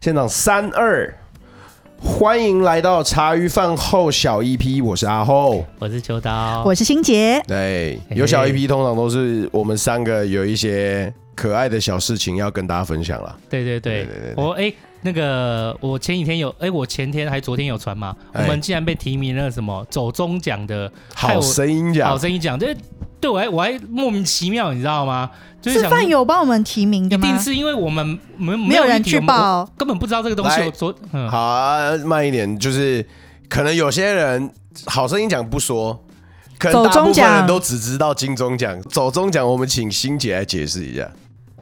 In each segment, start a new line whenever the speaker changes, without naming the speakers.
现场三二，欢迎来到茶余饭后小 EP，我是阿后。
我是秋刀，
我是欣杰，
对，有小 EP 通常都是我们三个有一些可爱的小事情要跟大家分享啦。
对对对，
对对
我哎、那个我前几天有哎、我前天还昨天有传嘛，我
哎
们竟然被提名那个什么走中奖的害
好
我
声音
好
奖，
声音奖，这对我还我还莫名其妙，你知道吗？就是
是
想
饭友帮我们提名
一
的吗？
定是因为我们没
没有人去，
一题我们
报
我，根本不知道这个东西。
来
我昨嗯，
好、啊，慢一点，就是可能有些人好声音奖不说，可能
走
大部
中
分
奖
人都只知道金钟奖，走中奖我们请欣姐来解释一下。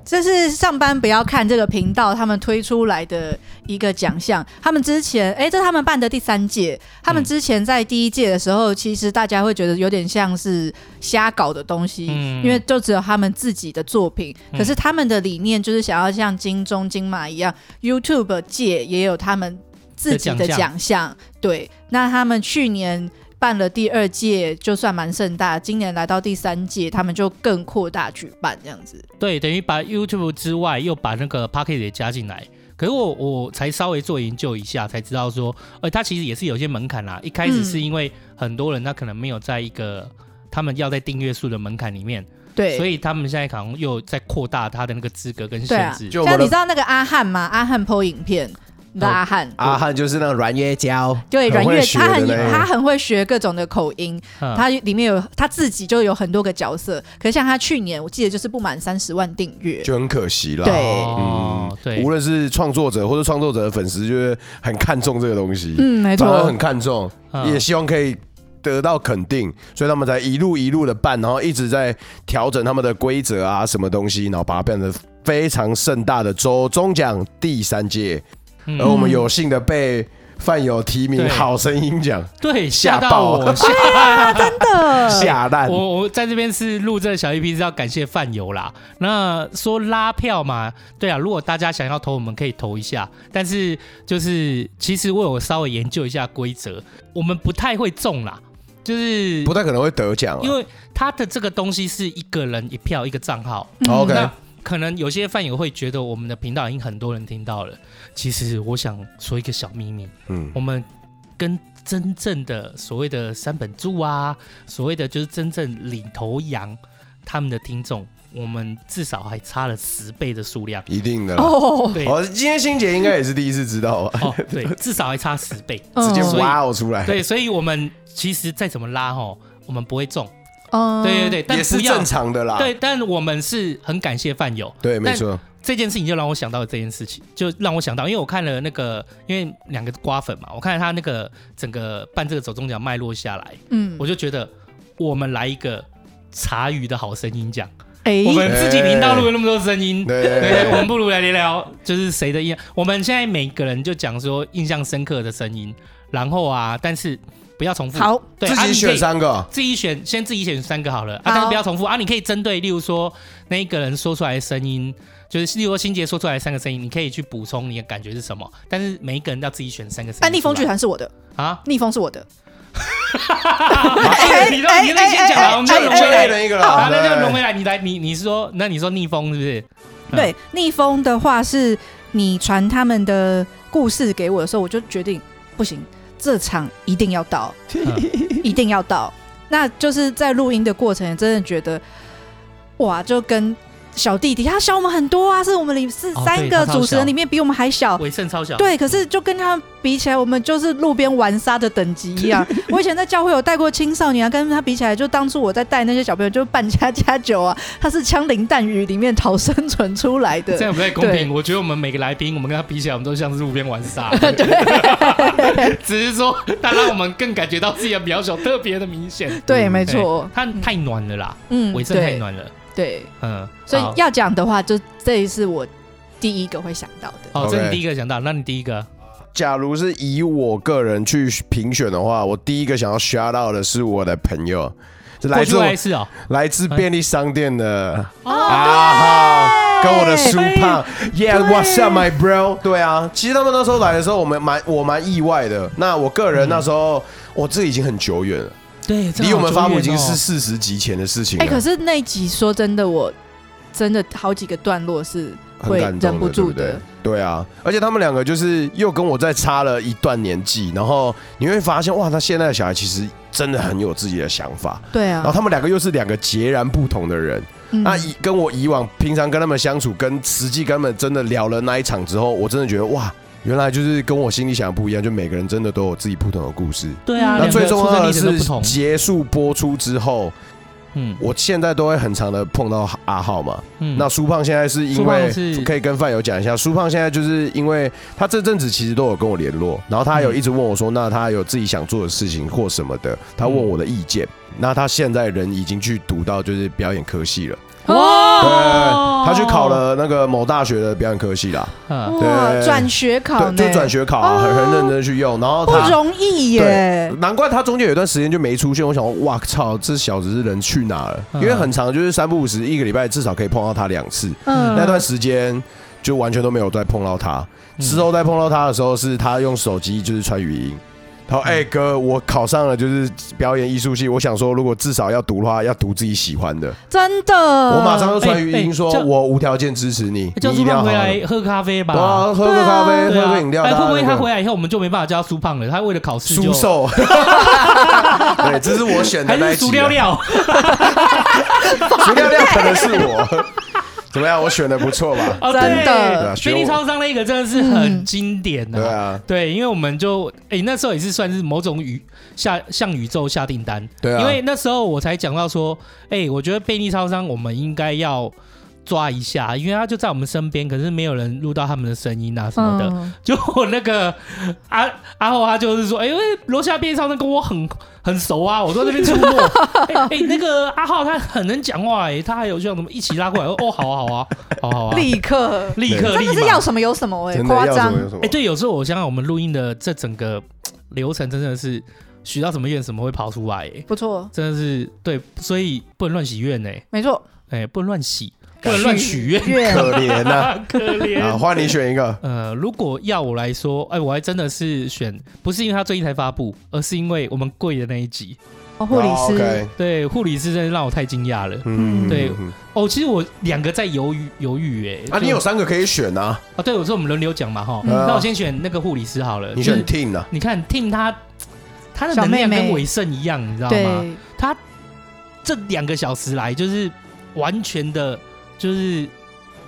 这是上班不要看这个频道他们推出来的一个奖项。他们之前，哎，这是他们办的第三届。他们
嗯
之前在第一届的时候，其实大家会觉得有点像是瞎搞的东西，
嗯
因为就只有他们自己的作品。
嗯
可是他们的理念就是想要像金钟、金马一样，YouTube 界也有他们自己
的
的
奖项
奖项。对，那他们去年办了第二届，就算蛮盛大。今年来到第三届，他们就更扩大举办这样子。
对，等于把 YouTube 之外又把那个 p o c k e t 也加进来。可是我我才稍微做研究一下，才知道说，呃，它其实也是有些门槛啦。一开始
嗯
是因为很多人他可能没有在一个他们要在订阅数的门槛里面，
对，
所以他们现在好像又在扩大他的那个资格跟
对
限
啊
制。
就我
像
们
你
的
知道那个阿汉吗？阿汉 PO 影片，你知道
哦
阿汉？
阿汉就是那个阮月娇，
对，
啊很
阮
会
月
学
他
的啊
很
那个
他很会学各种的口音，
嗯
他里面有他自己就有很多个角色。可是像他去年，我记得就是不满三十万订阅，
就很可惜啦。
对
哦，对，
嗯无论是创作者或者创作者的粉丝，就是很看重这个东西，
嗯，没
反而
错
很，看重，
嗯
也希望可以得到肯定，所以他们才一路一路的办，然后一直在调整他们的规则啊，什么东西，然后把它变得非常盛大的周中奖第三届，
嗯
而我们有幸的被饭友提名
对
好声音奖，
对
吓
吓到
爆
我，吓
真的。
下蛋。
我我在这边是录这个小 EP 是要感谢饭友啦。那说拉票嘛，对啊，如果大家想要投，我们可以投一下。但是就是其实我有稍微研究一下规则，我们不太会中啦，就是
不太可能会得奖啊，
因为他的这个东西是一个人一票一个账号，
嗯
OK
那可能有些饭友会觉得我们的频道已经很多人听到了。其实我想说一个小秘密，
嗯，
我们跟真正的所谓的三本柱啊，所谓的就是真正领头羊他们的听众，我们至少还差了十倍的数量。
一定的啦。
哦，
对，哦，
哦，今天欣姐应该也是第一次知道吧？
对，至少还差十倍。
嗯
直接
所以
哇哦出来，
对，所以我们其实再怎么拉吼，我们不会中。
嗯
对对对，但
也是
不要
正。常啊的啦。
对，但我们是很感谢饭友
对，没
但
错。
这件事情，就让我想到了这件事情，就让我想到，因为我看了那个，因为两个瓜粉嘛，我看了他那个整个办这个走中奖脉络下来，
嗯，
我就觉得我们来一个茶余的好声音奖，
哎
我，们自己频道录了那么多声音。
对
对
对
对，我们
对，
不如来聊聊，就是谁的印，我们现在每个人就讲说印象深刻的声音，然后啊，但是不要重复，，
好，
对，
自
啊
己选，
你可以
三个，
自己选，先自己选三个好了，啊，
好
但是不要重复啊，你可以针对，例如说那一个人说出来的声音，就是例如说新杰说出来的三个声音，你可以去补充你的感觉是什么，但是每一个人要自己选三个声音出来。
但逆风剧团是我的，
啊，
逆风是我的，
哎你让你内心讲
哎哎
了，我们就融
哎
回
最
来
累。的一个
好，
啦。
那就融回
对
来。你来，你你是说，那你说逆风是不是？嗯
对，逆风的话是你传他们的故事给我的时候，我就决定不行，这场一定要到，
嗯
一定要到。那就是在录音的过程，真的觉得哇，就跟小弟弟他小我们很多啊，是我们里是
哦
三
对他
个
超
主持人
小
里面比我们还小。
尾声超小。
对，可是就跟他们比起来，我们就是路边玩沙的等级 一样。我以前在教会有带过青少年啊，跟他比起来，就当初我在带那些小朋友，就是扮家家酒啊， 他是枪林弹雨里面讨生存出来 的。
这样不太公
对
平。我觉得我们每个来宾，我们跟他比起来，我们都像是路边玩 沙，只是说他让我们更感觉到自己的渺小，特别的明显。
对，
嗯
没错，
他太暖了啦，
嗯，
尾声太
对
暖了。
对，
嗯，
所以
好
要讲的话，就这也是我第一个会想到的。
哦，这
OK
是你第一个想到，那你第一个
假如是以我个人去评选的话，我第一个想要 shout out 的是我的朋友，是来
过去
自我
外是哦，
来自便利商店的
哦，
啊哈，跟我的书胖
对
，Yeah，What's up, my bro？对啊，其实他们那时候来的时候，我们蛮我蛮意外的。那我个人那时候我自己已经很久远了，
对，这
离我们
好久
发布
远
已经
哦
是四十集前的事情
哎，可
了。
是那一集说真的，我真的好几个段落是
很
会
感动的
忍不住
对
的
不。对对啊，而且他们两个就是又跟我再差了一段年纪，然后你会发现哇，他现在的小孩其实真的很有自己的想法，
对
然后
啊，
他们两个又是两个截然不同的人。
嗯
哦那以跟我以往平常跟他们相处，跟实际跟他们真的聊了那一场之后，我真的觉得哇，原来就是跟我心里想的不一样，就每个人真的都有自己不同的故事。
对啊，
那
那
两
最
个
重
出
要的
生历程都
是
不同，
结束播出之后，
嗯
我现在都会很常的碰到阿浩嘛。
嗯，
那苏胖现在是因
苏
为
胖是
可以跟范友讲一下，苏胖现在就是因为他这阵子其实都有跟我联络，然后他有一直问我说，那他有自己想做的事情或什么的，他问我的意见。那他现在人已经去读到就是表演科系了，
哇
对，他去考了那个某大学的表演科系啦，
嗯
哇，
对
转学考
对，就
呢，
转学考
哦
啊，很很认真地去用，然后
不
他
容易耶。
难怪他中间有一段时间就没出现，我想说，哇靠，这小子是人去哪了？
嗯
因为很长，就是三不五时，一个礼拜至少可以碰到他两次。
嗯
那段时间就完全都没有再碰到他。之后再碰到他的时候，是他用手机就是传语音。他
嗯
说：“哎、哥，我考上了，就是表演艺术系。我想说，如果至少要读的话，要读自己喜欢的。
真的，
我
我
马上就传语
哎
音
哎
说，
这样
我无条件支持你，你
叫
一
苏
定要
胖
好
回
好
来
地。
喝咖啡
对啊，
吧。
喝个咖啡，喝个饮料。
哎，
大家
会不会
那
他
个
回来以后我们就没办法叫他苏胖了？他为了考试
苏
就
瘦？对，这是我选的
还
那
是
一集啊。
苏廖 廖？
苏亮亮可能是我。 怎么样？我选的不错 吧？
哦，
真的嗯
对啊
对
学
飞利
我
超商那个真的是很经典
对
的。
啊，
对，因为我们就哎、那时候也是算是某种宇下向宇宙下订单，
对啊，
因为那时候我才讲到说，哎、我觉得贝利超商我们应该要抓一下，因为他就在我们身边，可是没有人录到他们的声音啊什么的。
嗯，
就我那个阿阿后，他就是说，哎、因为楼下便利超商跟我很很熟啊，我都在那边出 没。哎、哎那个阿浩他很能讲话、哎，他还有像什么一起拉过来，哦，好啊，好啊，好啊好啊，
立刻，
立刻
真
立
的
马
是要什么有什么哎，
真的
夸
要什
张
么，有什么
哎、。对，有时候我想想，我们录音的这整个流程真的是许到什么愿，什么会跑出来、哎
不错，
真的是对，所以不能乱许愿呢，
没错，
哎、不能乱许，不能乱许愿，
可怜呐、
啊可
啊！
怜。
换你选一个，
呃，如果要我来说，哎、我还真的是选，不是因为他最近才发布，而是因为我们贵的那一集，
哦护理
哦
师，
，OK，
对，护理师真的让我太惊讶了。
嗯，
对
嗯
哦，其实我两个在犹豫犹豫、哎，
啊，
就
你有三个可以选啊，
啊？对，我说我们轮流讲嘛，哈、
嗯
那我先选那个护理师好了，
你
就
选
是
Team 啊，
你看 Tim 他他的
小
能
妹
量
妹
跟伟盛一样，你知道吗？
对，
这两个小时来就是完全的，就是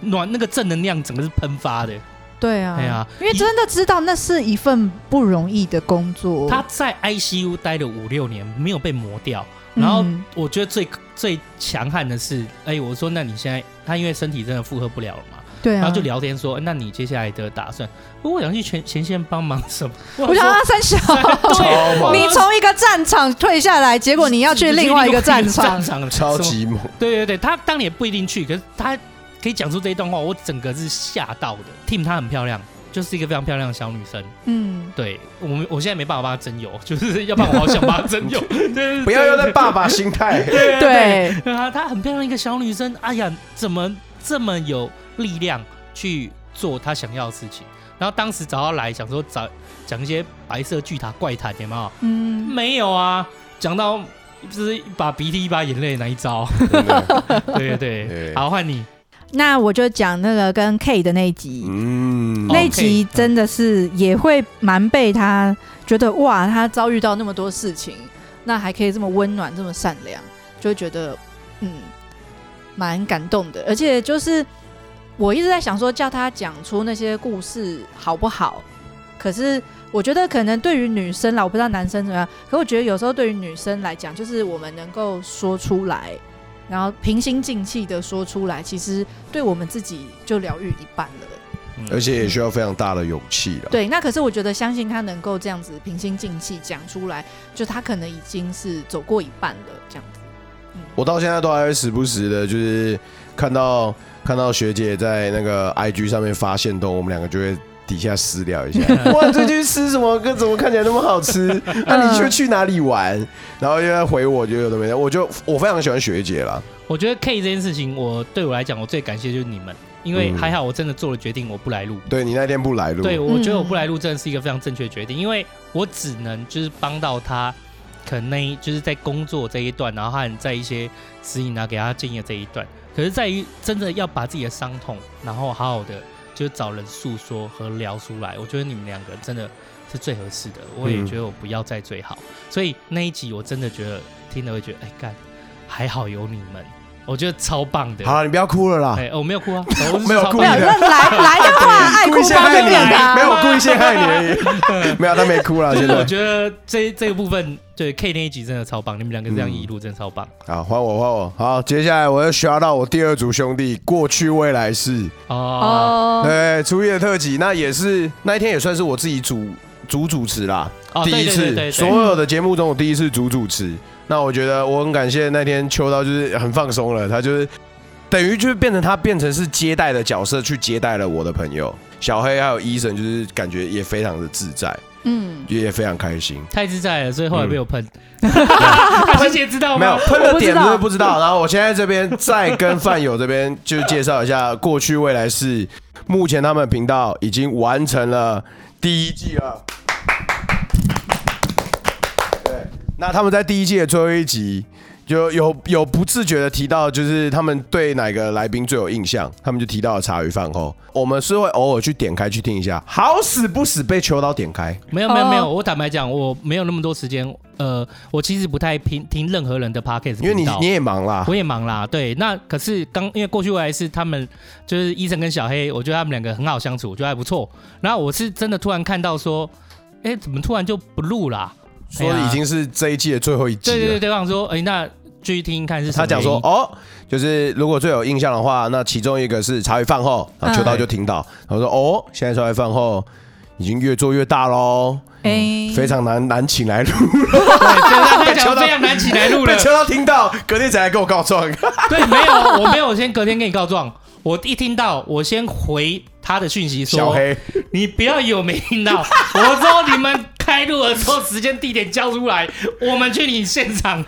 暖那个正能量，整个是喷发的。
对啊，
哎呀
因为真的知道那是一份不容易的工
哦
作，
他在 ICU 待了五六年，没有被磨掉。然后
嗯
我觉得最最强悍的是，哎，我说那你现在他因为身体真的负荷不了了嘛，
对啊，
然后就聊天说，那你接下来的打算？我想去前前线帮忙什么？
我想让他三小，
说对
超忙
你从一个战场退下来，结果你要去另外一个战场
战，场
超
什么
级猛，
对对对，他当然也不一定去，可是他可以讲出这一段话，我整个是吓到的。Tim 她很漂亮，就是一个非常漂亮的小女生。
嗯，
对我们，我现在没办法帮她增油，就是要不然我好想帮她增油，对
不要用那
再
爸爸心态。
对对
对，
对啊，她很漂亮一个小女生，哎呀，怎么这么有力量去做她想要的事情？然后当时找她来，想说找讲一些白色巨塔怪谈，有没 有？
嗯，
没有啊，讲到就是一把鼻涕一把眼泪那一招，
真的
对对对，
对
好换你。
那我就讲那个跟 K 的那一集，
嗯，
那一
OK，
集
嗯
真的是也会蛮被他觉得哇，他遭遇到那么多事情，那还可以这么温暖，这么善良，就会觉得嗯，蛮感动的。而且就是我一直在想说，叫他讲出那些故事好不好？可是我觉得可能对于女生啦，我不知道男生怎么样，可我觉得有时候对于女生来讲，就是我们能够说出来，然后平心静气的说出来，其实对我们自己就疗愈一半了。
嗯
哦而且也需要非常大的勇气了。
对，那可是我觉得，相信他能够这样子平心静气讲出来，就他可能已经是走过一半了，这样子。
我到现在都还会时不时的，就是看到看到学姐在那个 IG 上面发现动，我们两个就会。底下私聊一 下，哇，最近吃什么？跟怎么看起来那么好吃？
嗯
那、你去去哪里玩？然后又在回我，就有的没的。我就我非常喜欢学姐啦，
我觉得 K 这件事情，我对我来讲，我最感谢就是你们，因为
嗯
还好我真的做了决定，我不来录。
对你那天不来录，
对，我觉得我不
嗯
来录真的是一个非常正确的决定，因为我只能就是帮到他，可能那一就是在工作这一段，然后和在一些指引啊给他建议的这一段。可是在于真的要把自己的伤痛，然后好好的就找人诉说和聊出来。我觉得你们两个真的是最合适的，我也
嗯
觉得我不要再最好。所以那一集我真的觉得听了会觉得，哎干，还好有你们，我觉得超棒的。
好了，你不要哭了啦，
哎、我没有哭 啊，我是
没有
超
哭
没有，
棒
你
的
的
那来来 的话，爱
故
哭
意陷
方
害
便
你
点的
而已，
啊
没。有，我故意陷害你而已，嗯没有，他没哭了，
就
啊现
是我
在
觉得这这个部分，对 K 那一集真的超棒，你们两个这样一路真的超棒。
好，换我，换我，好，接下来我要需要到我第二组兄弟过去未来式，
哦
哦，
啊对，初一的特辑，那也是那一天也算是我自己主主主持啦，
哦，
第
对
一
对对
次，
对
所
对，
有的节目中我第一次主主持。那我觉得我很感谢那天秋刀，就是很放松了，他就是等于就是变成他变成是接待的角色去接待了我的朋友小黑还有医生，就是感觉也非常的自在，
嗯，
也非常开心。
太自在了，所以后来被我喷。
喷
谢谢知道
嗯没有
吗？
喷的点
我不
真
知道
的不知道。然后我现在这边再跟饭友这边就介绍一下，过去未来是目前他们频道已经完成了第一季了。对，那他们在第一季的最后一集。就有有不自觉的提到，就是他们对哪个来宾最有印象，他们就提到了茶余饭后。我们是会偶尔去点开去听一下，好死不死被秋刀点开，
没有没有没有，
哦
我坦白讲，我没有那么多时间。呃，我其实不太听听任何人的 podcast，
因为你
频道
你也忙啦
我，也忙啦，对。那可是刚因为过去我还是他们就是医生跟小黑，我觉得他们两个很好相处，我觉得还不错。然后我是真的突然看到说，哎、怎么突然就不录啦？
说已经是这一季的最后一季了。
对对对，对方说，哎、那继续听听看是什
他
么
讲说
原因，
哦，就是如果最有印象的话，那其中一个是茶余饭后，
嗯
然后秋刀就听到，然后说哦，现在茶余饭后已经越做越大喽，
哎，
嗯非常难难请来录，
对，就是嗯 他在
被敲
讲
到
非常难起来录了
被。秋刀听到，隔天才来跟我告状。
对，没有，我没有先隔天跟你告状，我一听到我先回他的讯息
小
说，
黑，
你不要以为我没听到，我说你们开录的时候时间地点交出来，我们去你现场，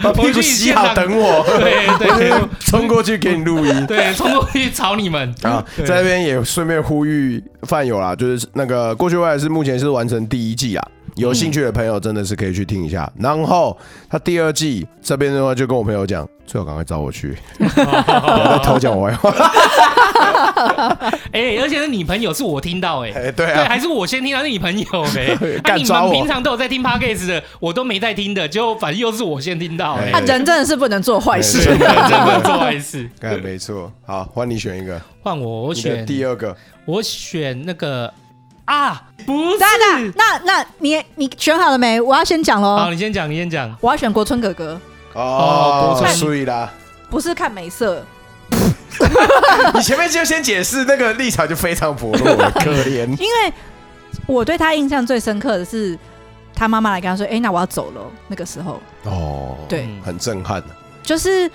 把屁
我去
股
你
洗
现
好
场，
等我，
对对对
冲过去给你录音。
对，冲过去找你们
啊，在这边也顺便呼吁饭友啦，就是那个过去未来是目前是完成第一季啊，有兴趣的朋友真的是可以去听一下。然后他第二季这边的话，就跟我朋友讲，最好赶快找我去，不要再偷讲我坏话。
哎、而且是你朋友，是我听到哎、
哎，对
对，
啊，
还是我先听到是你朋友哎、那、
干
你
抓
们
我
平常都有在听 podcast 的，我都没在听的，结果反正又是我先听到哎、
啊，人真的是不能做坏事。
真的做坏事。
哎，没错。好，换你选一个，
换我，我
你的
选
第二个，
我选那个啊，不是
那那那那你你选好了没？我要先讲
好，
喽，
你先讲，你先讲。
我要选国春哥哥，
哦国
哦
春，
所以啦，
不是看美色，
你前面就先解释那个立场就非常薄弱了，可怜。
因为我对他印象最深刻的是他妈妈来跟他说：“哎，那我要走了哦。”那个时候，
哦，
对
嗯
很震撼。啊
就是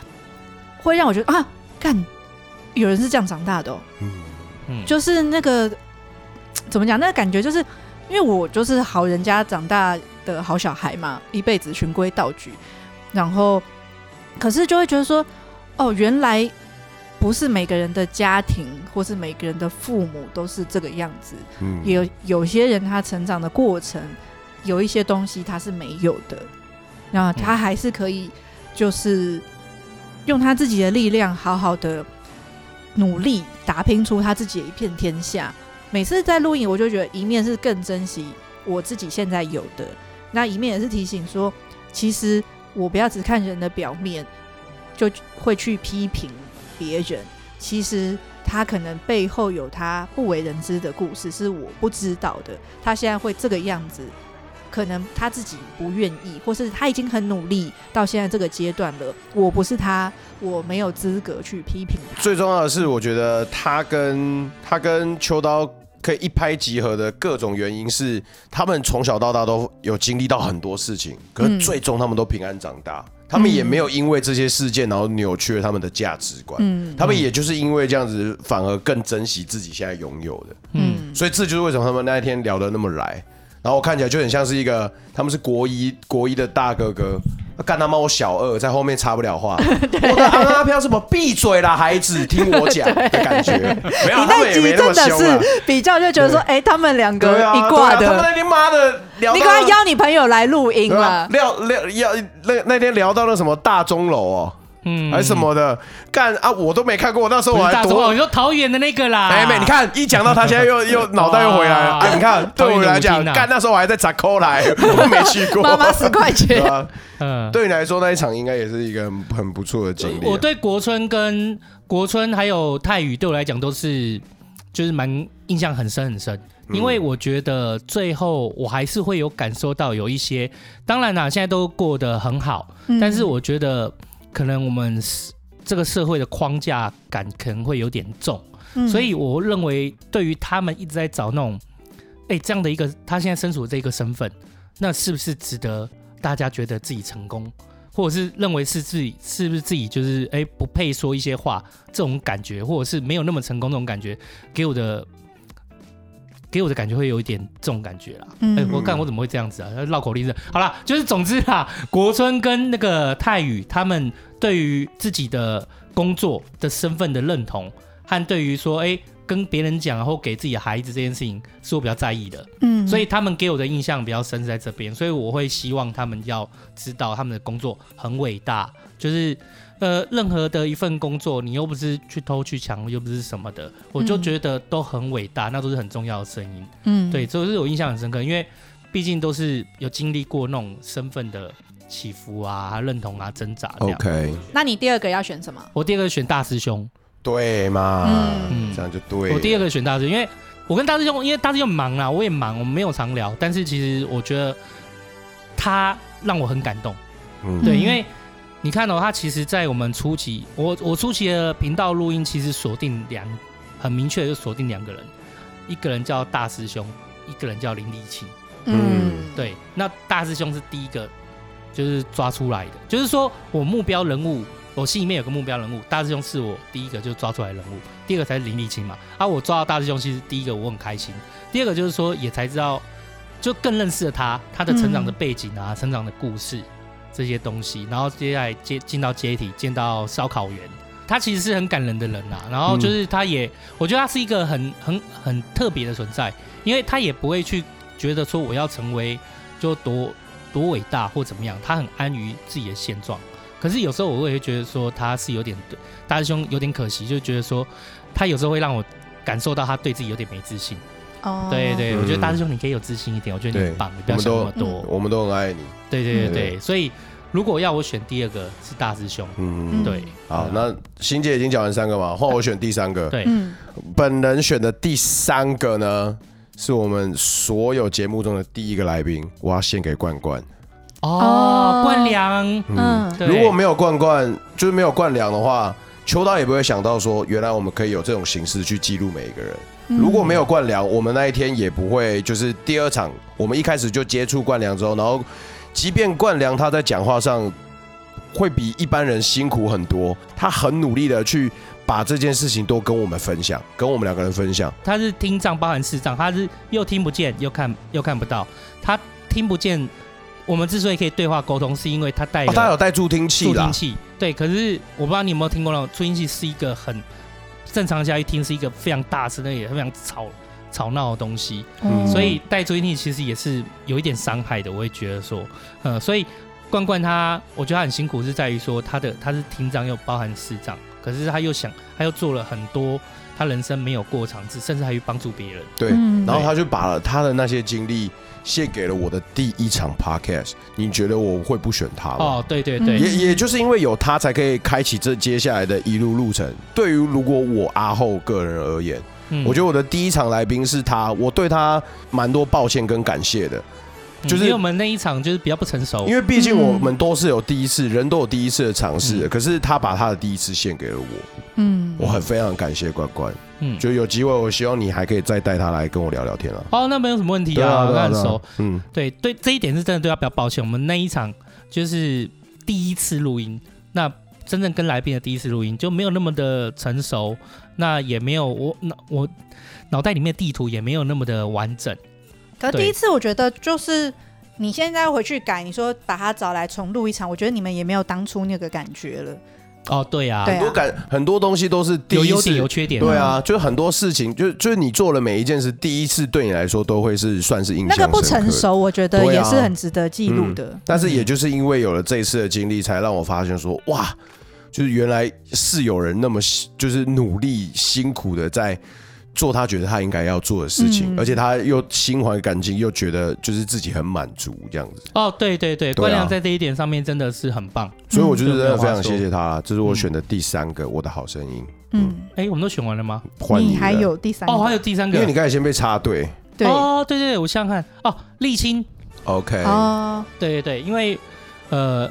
会让我觉得啊，干，有人是这样长大的哦。
嗯，
嗯
就是那个怎么讲？那个感觉就是，因为我就是好人家长大的好小孩嘛，一辈子循规蹈矩，然后可是就会觉得说，哦，原来不是每个人的家庭或是每个人的父母都是这个样子，
嗯
也有有些人他成长的过程有一些东西他是没有的，然后他还是可以就是用他自己的力量好好的努力打拼出他自己的一片天下。每次在录影，我就觉得一面是更珍惜我自己现在有的，那一面也是提醒说，其实我不要只看人的表面，就会去批评别人。其实他可能背后有他不为人知的故事，是我不知道的。他现在会这个样子，可能他自己不愿意，或是他已经很努力到现在这个阶段了。我不是他，我没有资格去批评他。
最重要的是，我觉得他跟他跟秋刀可以一拍即合的各种原因是，他们从小到大都有经历到很多事情，可是
嗯
最终他们都平安长大，他们也没有因为这些事件然后扭曲了他们的价值观。
嗯
他们也就是因为这样子，反而更珍惜自己现在拥有的，
嗯，
所以这就是为什么他们那一天聊得那么来。然后我看起来就很像是一个，他们是国一国一的大哥哥，啊干他妈我小二在后面插不了 话，我的阿阿飘什么闭嘴啦，孩子，听我讲的感 觉，没有，
你
哎他们
那
也
集
没那么
真的
凶啊，
是比较就觉得说，哎、他们两个
对啊，
一挂
对啊他们
的，
那天妈的聊到，
你赶快邀你朋友来录音
对啊
了。
聊聊要那那天聊到那什么大钟楼哦，
嗯
还是什？么的，干啊，我都没看过，那时候
不
我
是大
还
众
多
哦，你说桃园的那个啦，
哎，妹，你看一讲到他现在又 又脑袋又回来了。
啊哇
哎，你看对我来
讨厌
讲，
的舞厅啊
干那时候我还在砸扣 来，我没去过。
妈妈十块
对
钱，
啊，
嗯，
对你来说那一场应该也是一个很很不错的经历啊。
我对国春跟国春还有泰语对我来讲都是就是蛮印象很深很深，
嗯
因为我觉得最后我还是会有感受到有一些，当然啦，现在都过得很好，
嗯
但是我觉得可能我们这个社会的框架感可能会有点重，
嗯
所以我认为对于他们一直在找那种，哎，这样的一个他现在身处的这个身份，那是不是值得大家觉得自己成功，或者是认为是自己是不是自己就是哎不配说一些话这种感觉，或者是没有那么成功这种感觉，给我的。给我的感觉会有一点这种感觉啦，哎、
嗯
我干我怎么会这样子啊？绕口令是好啦，就是总之啦，国春跟那个泰宇他们对于自己的工作的身份的认同，和对于说，哎、跟别人讲或给自己的孩子这件事情，是我比较在意的。
嗯
所以他们给我的印象比较深是在这边，所以我会希望他们要知道他们的工作很伟大，就是呃，任何的一份工作，你又不是去偷去抢，又不是什么的，我就
嗯
觉得都很伟大，那都是很重要的声音。
嗯
对，这是我印象很深刻，因为毕竟都是有经历过那种身份的起伏啊、认同啊、挣扎这样。
OK，
那你第二个要选什么？
我第二个选大师兄，
对嘛，
嗯
这样就对了。
我第二个选大师兄，因为我跟大师兄，因为大师兄忙啦，我也忙，我们没有常聊，但是其实我觉得他让我很感动。
嗯
对，
嗯
因为你看哦，他其实，在我们初期，我我初期的频道录音，其实锁定两，很明确就锁定两个人，一个人叫大师兄，一个人叫林立清。
嗯，
对，那大师兄是第一个，就是抓出来的，就是说我目标人物，我心里面有个目标人物，大师兄是我第一个就抓出来的人物，第二个才是林立清嘛。啊，我抓到大师兄，其实第一个我很开心，第二个就是说也才知道，就更认识了他，他的成长的
嗯
背景啊，成长的故事这些东西，然后接下来接进到阶梯，见到烧烤员。他其实是很感人的人啊，然后就是他也，我觉得他是一个很很很特别的存在，因为他也不会去觉得说我要成为就多多伟大或怎么样，他很安于自己的现状。可是有时候我也会觉得说他是有点对大师兄有点可惜，就觉得说他有时候会让我感受到他对自己有点没自信。
哦
对对，我觉得
嗯
大师兄你可以有自信一点，我觉得你很
对
棒，你不要想那么
我
多。
我们都很爱你。
对对对
嗯
对对，所以如果要我选第二个是大师兄，
嗯，
对，
好，那欣姐已经讲完三个嘛，换我选第三个。
对
嗯
本人选的第三个呢，是我们所有节目中的第一个来宾，我要献给冠冠。
哦
哦，
冠良，
嗯，
嗯
对
如果没有冠冠，就是没有冠良的话，秋刀也不会想到说，原来我们可以有这种形式去记录每一个人。
嗯
嗯
如
哦
果没有冠良，我们那一天也不会，就是第二场，我们一开始就接触冠良之后，然后即便冠良他在讲话上会比一般人辛苦很多，他很努力的去把这件事情都跟我们分享，跟我们两个人分享。
他是听障包含视障，他是又听不见又看又看不到。他听不见，我们之所以可以对话沟通，是因为他带
哦，他有
了
带助听器
助
啦
听，器。对，可是我不知道你有没有听过那种助听器是一个很正常下去听是一个非常大声的也非常吵吵闹的东西。
嗯
所以带助听器其实也是有一点伤害的，我会觉得说，呃，所以冠冠他，我觉得他很辛苦是在于说他的他是听障又包含视障，可是他又想他又做了很多他人生没有过的尝试，甚至还去帮助别人。
对，
嗯
然后他就把他的那些经历献给了我的第一场 podcast。你觉得我会不选他吗？
哦，对对对，
也也就是因为有他，才可以开启这接下来的一路路程。对于如果我阿后个人而言，
嗯
我觉得我的第一场来宾是他，我对他蛮多抱歉跟感谢的，
嗯
就是
因为我们那一场就是比较不成熟
因，为毕竟我们都是有第一次，人都有第一次的尝
嗯
试，可是他把他的第一次献给了我，
嗯
我很非常感谢关关。
嗯，
就有机会，我希望你还可以再带他来跟我聊聊天啊。
哦，那没有什么问题
对啊，
啊，
对
那
啊
很
对啊
熟，
嗯，
对对，这一点是真的对他比较抱歉。我们那一场就是第一次录音，那真正跟来宾的第一次录音就没有那么的成熟，那也没有我脑我脑袋里面的地图也没有那么的完整。
可是
对
第一次我觉得就是你现在回去改，你说把他找来重录一场，我觉得你们也没有当初那个感觉了。
哦，对啊，
很多感很多东西都是第
有
一
优点有
次。
缺点，
对，啊，就是很多事情，就就是你做了每一件事，第一次对你来说都会是算是印象
那个不
深刻啊
成
的
熟，我觉得
对啊
也是很值得记录的。
嗯
但是也就是因为有了这一次的经历，才让我发现说，哇，就是原来是有人那么辛就是努力辛苦的在做他觉得他应该要做的事情，
嗯
而且他又心怀感激，又觉得就是自己很满足这样
嗯
子。
哦，对对
对
对，
啊
关良在这一点上面真的是很棒。
所以我就是真
嗯
的非常
这没有话说
谢谢他，这是我选的第三个《我的好声音
嗯，
哎，我们都选完了吗？》，
欢迎
你还
了，
有第三个，
哦，还有第三
因为你
个，
刚才先被插队
对
哦，对对对，我想想看，哦，沥青，
，OK，
哦，
对对对，因为呃，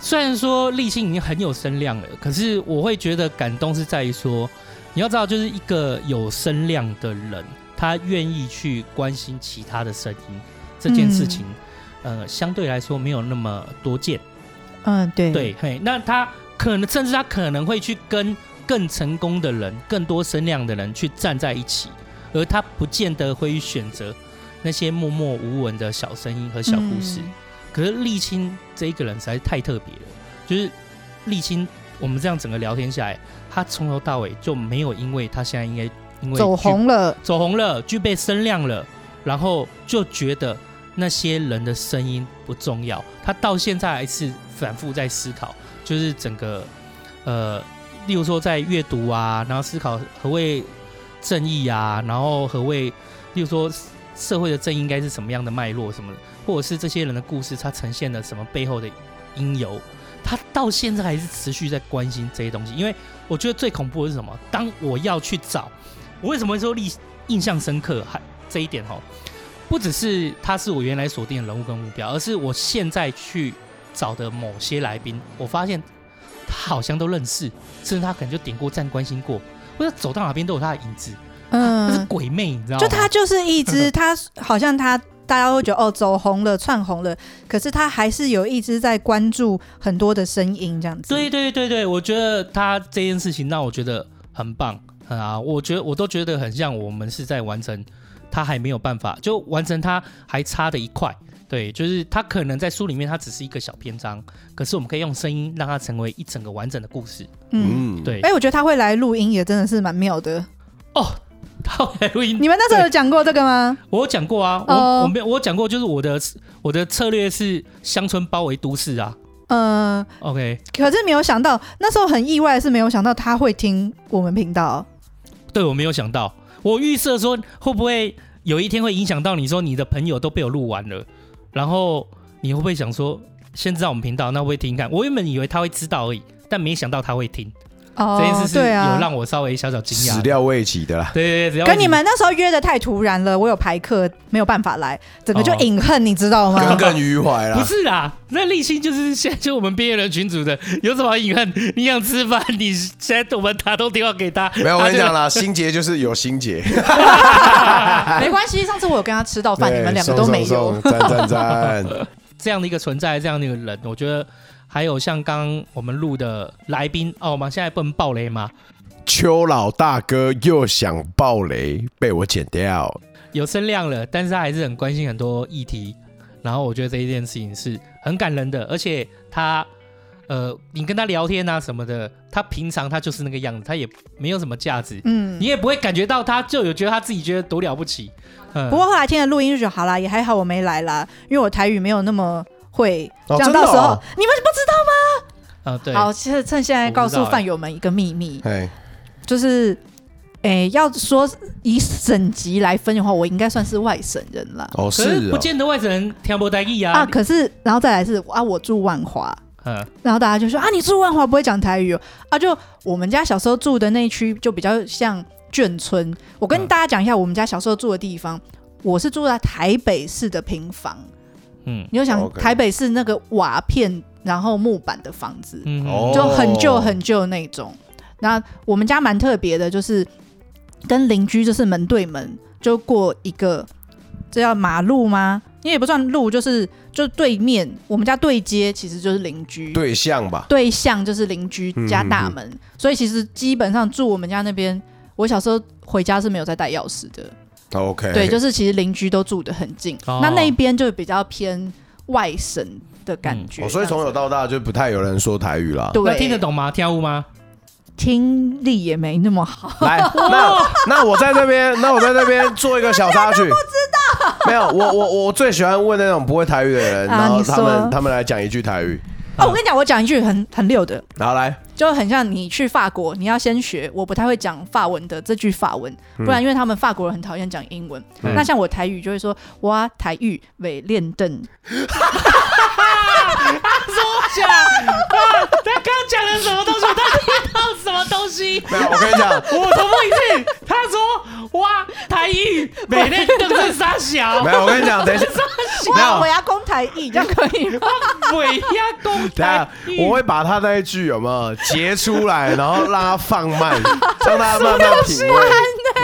虽然说立信已经很有声量了，可是我会觉得感动是在于说，你要知道，就是一个有声量的人，他愿意去关心其他的声音这件事情，呃，相对来说没有那么多见。
嗯，对，
对，嘿，那他可能甚至他可能会去跟更成功的人、更多声量的人去站在一起，而他不见得会选择那些默默无闻的小声音和小故事。
嗯
可是沥青这一个人实在是太特别了，就是沥青，我们这样整个聊天下来，他从头到尾就没有因为他现在应该因为
走
具
红了，
走红了，具备声量了，然后就觉得那些人的声音不重要。他到现在还是反复在思考，就是整个呃，例如说在阅读啊，然后思考何谓正义啊，然后何谓，例如说社会的正义应该是什么样的脉络什么的，或者是这些人的故事，它呈现了什么背后的因由。他到现在还是持续在关心这些东西，因为我觉得最恐怖的是什么？当我要去找我为什么会说印印象深刻？还这一点哦，不只是他是我原来锁定的人物跟目标，而是我现在去找的某些来宾，我发现他好像都认识，甚至他可能就点过赞、关心过，或者走到哪边都有他的影子。他是
嗯，
鬼魅，你知道吗？
就他就是一 只，他好像他大家会觉得哦，走红了，窜红了，可是他还是有一直在关注很多的声音这样子，
对对对对，我觉得他这件事情让我觉得很棒很啊！我觉得我都觉得很像我们是在完成他还没有办法就完成他还差的一块。对，就是他可能在书里面他只是一个小篇章，可是我们可以用声音让它成为一整个完整的故事。
嗯，
嗯，
对，
哎，我觉得他会来录音也真的是蛮妙的，
哦，他后来录音
你们那时候有讲过这个吗？
我有讲过啊，我、
哦
我没有我有讲过，就是我的我的策略是乡村包围都市啊。
嗯，
OK，
可是没有想到，那时候很意外的是没有想到他会听我们频道，
对我没有想到，我预设说会不会有一天会影响到你说你的朋友都被我录完了，然后你会不会想说先知道我们频道，那会不会听看？我原本以为他会知道而已，但没想到他会听，
哦
这件事是有
对啊，
让我稍微小小惊
始
讶。
料未及的啦。
对对对，只要
跟你们那时候约的太突然了，我有排课没有办法来，整个就
哦
隐恨，你知道吗？
耿耿于怀
不
啦。
是啦，那立新就是现在就我们边缘人群组的，有什么好隐恨？你想吃饭，你现在我们打通电话给他，
没有，我
他
跟你
就
讲啦，心结就是有心结，
没关系，上次我有跟他吃到饭，你们两个
对
都没
送
有。
送送赞赞 赞，
这样的一个存在，这样的一个人，我觉得还有像刚刚我们录的来宾哦，我们现在不能爆雷嘛，
邱老大哥又想爆雷，被我剪掉。
有声量了，但是他还是很关心很多议题，然后我觉得这一件事情是很感人的，而且他。呃，你跟他聊天啊什么的，他平常他就是那个样子，他也没有什么价值，
嗯
你，也不会感觉到他就有觉得他自己觉得多了不起。嗯，
不过后来听了录音就觉得好啦，也还好我没来啦，因为我台语没有那么会。
哦
这
真
样
的
到时候、
哦
你们不
呃，对，
好，其实趁现在告
我
诉
不知道欸
饭友们一个秘密，
欸
哎，
就是，诶、要说以省级来分的话，我应该算是外省人啦。
哦
可是
是
不
哦，
见得外省人听不带意啊。
啊，可是然后再来是啊，我住万华，
嗯，
然后大家就说啊，你住万华不会讲台语哦。啊，就我们家小时候住的那一区就比较像眷村。我跟
嗯
大家讲一下，我们家小时候住的地方，我是住在台北市的平房。
嗯
你就想
OK
台北市那个瓦片，然后木板的房子，
嗯，
哦
就很旧很旧那种。那我们家蛮特别的，就是跟邻居就是门对门，就过一个这叫马路吗？因为也不算路，就是就对面我们家对街其实就是邻居，
对象吧？
对象就是邻居家大门，
嗯
所以其实基本上住我们家那边，我小时候回家是没有再带钥匙的，
哦 OK，
对，就是其实邻居都住得很近，
哦
那那边就比较偏外省的感觉，
哦所以从小到大就不太有人说台语啦。
那听得
对，
懂吗？听得懂吗？
听力也没那么好，
来，那那我在这边，那我在这边做一个小插曲。不知道，没有，我我我最喜欢问那种不会台语的人，
啊
然后
你说
他们他们来讲一句台语。
哦，我跟你讲，我讲一句很很溜的，
然后来，
就很像你去法国，你要先学我不太会讲法文的这句法文，不然因为他们法国人很讨厌讲英文。
嗯
那像我台语就会说哇台语为练凳，
讲 啊，他刚刚讲了什么东西？他听到什么东西？
没有，我跟你讲，
我重复一次，他说哇，台语每天都是傻 小，
没有，我跟你讲，等一下，没有
哇我要攻台语这样可以吗？
尾呀公
等一下
台语，
啊我会把他那一句有没有截出来，然后让他放慢，让他慢慢品味。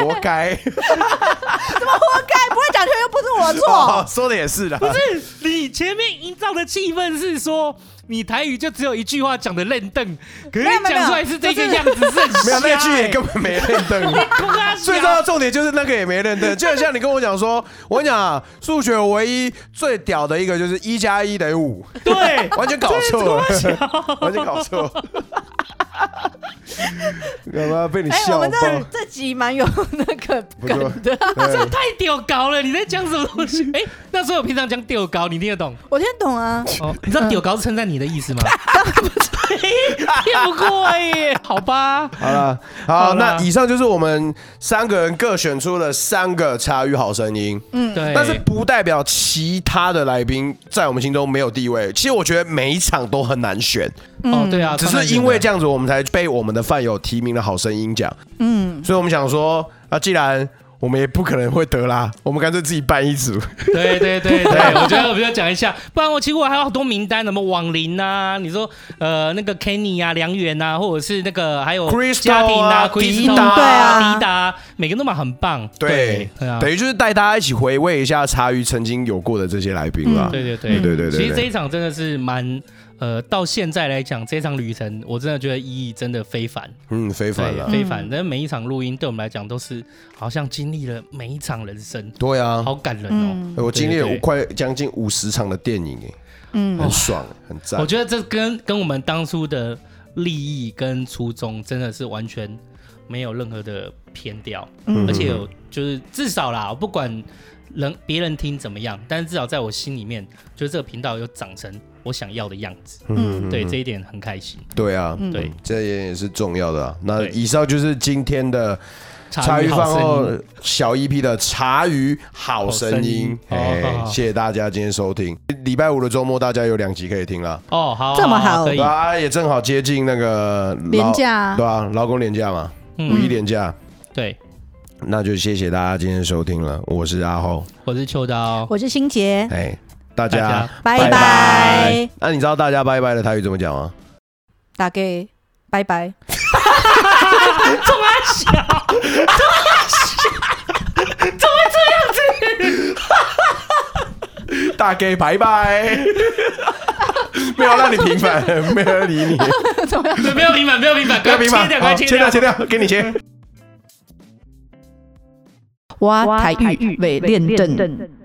活该，
怎么活该？哎不会讲却又不是我 的
哦
错，
说的也是的。
不是你前面营造的气氛是说。你台语就只有一句话讲的愣瞪，可是
没有
你
没有
讲出来是这个样子，是很
没有那句也根
跟
本没认凳。
欸
最
最
重要的重点就是那个也没认真，就很像你跟我讲说，我跟你讲啊，数学唯一最屌的一个就是一加一等于五，
对，
完全搞错了， 完全搞错了，干嘛被你
哎、
笑爆
我们？这这集蛮有那个
不错
梗的，啊
这太屌高了！你在讲什么 东西？哎，那时候我平常讲屌高，你听得懂？
我听得懂啊。
哦，你知道屌高是称赞你的意思 吗？骗不过哎耶，好吧，
好 了，
好
好，
啦
那以上就是我们三个人各选出了三个茶语好声音，
对，
嗯但是不代表其他的来宾在我们心中没有地位。其实我觉得每一场都很难选，
哦，
嗯
对啊，
只
超难
是
选
因为
的
这样子，我们才被我们的饭友提名了好声音奖。嗯，所以我们想说，啊，既然我们也不可能会得啦，我们干脆自己办一组。
对对对对， 我觉得我们要讲一下，不然我其实我还有好多名单，什么网林啊，你说呃那个 Kenny 啊、梁元啊，或者是那个还有
Crystal
家庭
啊
c r y s
迪
t
达
对啊
迪达，每个都嘛很棒， 对啊
等。于就是带大家一起回味一下茶余曾经有过的这些来宾啦。
对对对
对对对
其实这
对
一场真的是蛮呃，到现在来讲，这一场旅程我真的觉得意义真的非凡，
嗯，非凡
对
了。
非凡。那每一场录音对我们来讲都是好像经历了每一场人生，
对啊，
好感人
嗯
哦。
我经历了
对对
五快将近五十场的电影，哎，嗯，
哦
很爽，很赞
我。觉得这跟跟我们当初的利益跟初衷真的是完全没有任何的偏调，
嗯
嗯
而且有就是至少啦，不管人别人听怎么样，但是至少在我心里面，就是这个频道有长成我想要的样子，
嗯，
对这一嗯点很开心。
对啊，
对，
这也也是重要的啊。那
对
以上就是今天的茶余
余
饭
好
后
声音，
小 EP 的茶余好声音，
好声音
哎
哦，好
谢谢大家今天收听。礼拜五的周末大家有两集可以听啦，
哦，好，
这么好
可以
对，啊，也正好接近那个劳
廉价
对啊，劳工廉价嘛，
嗯
五一廉价，
对，
那就谢谢大家今天的收听了，我是阿后，
我是秋刀，
我是心杰，
哎，大
大
家
家
拜
拜
拜，
那你知道大家拜拜的台语怎么讲吗？
大概拜拜。
大哥拜 拜，没有让你平反，没有人理 你，
对没有平板，没有平板，
不要平
切
反，
掉，
好
快
切
切
掉
掉，
切掉，给你切。
我
挖
台
台
语
语
为
为
练
练
凳。
凳。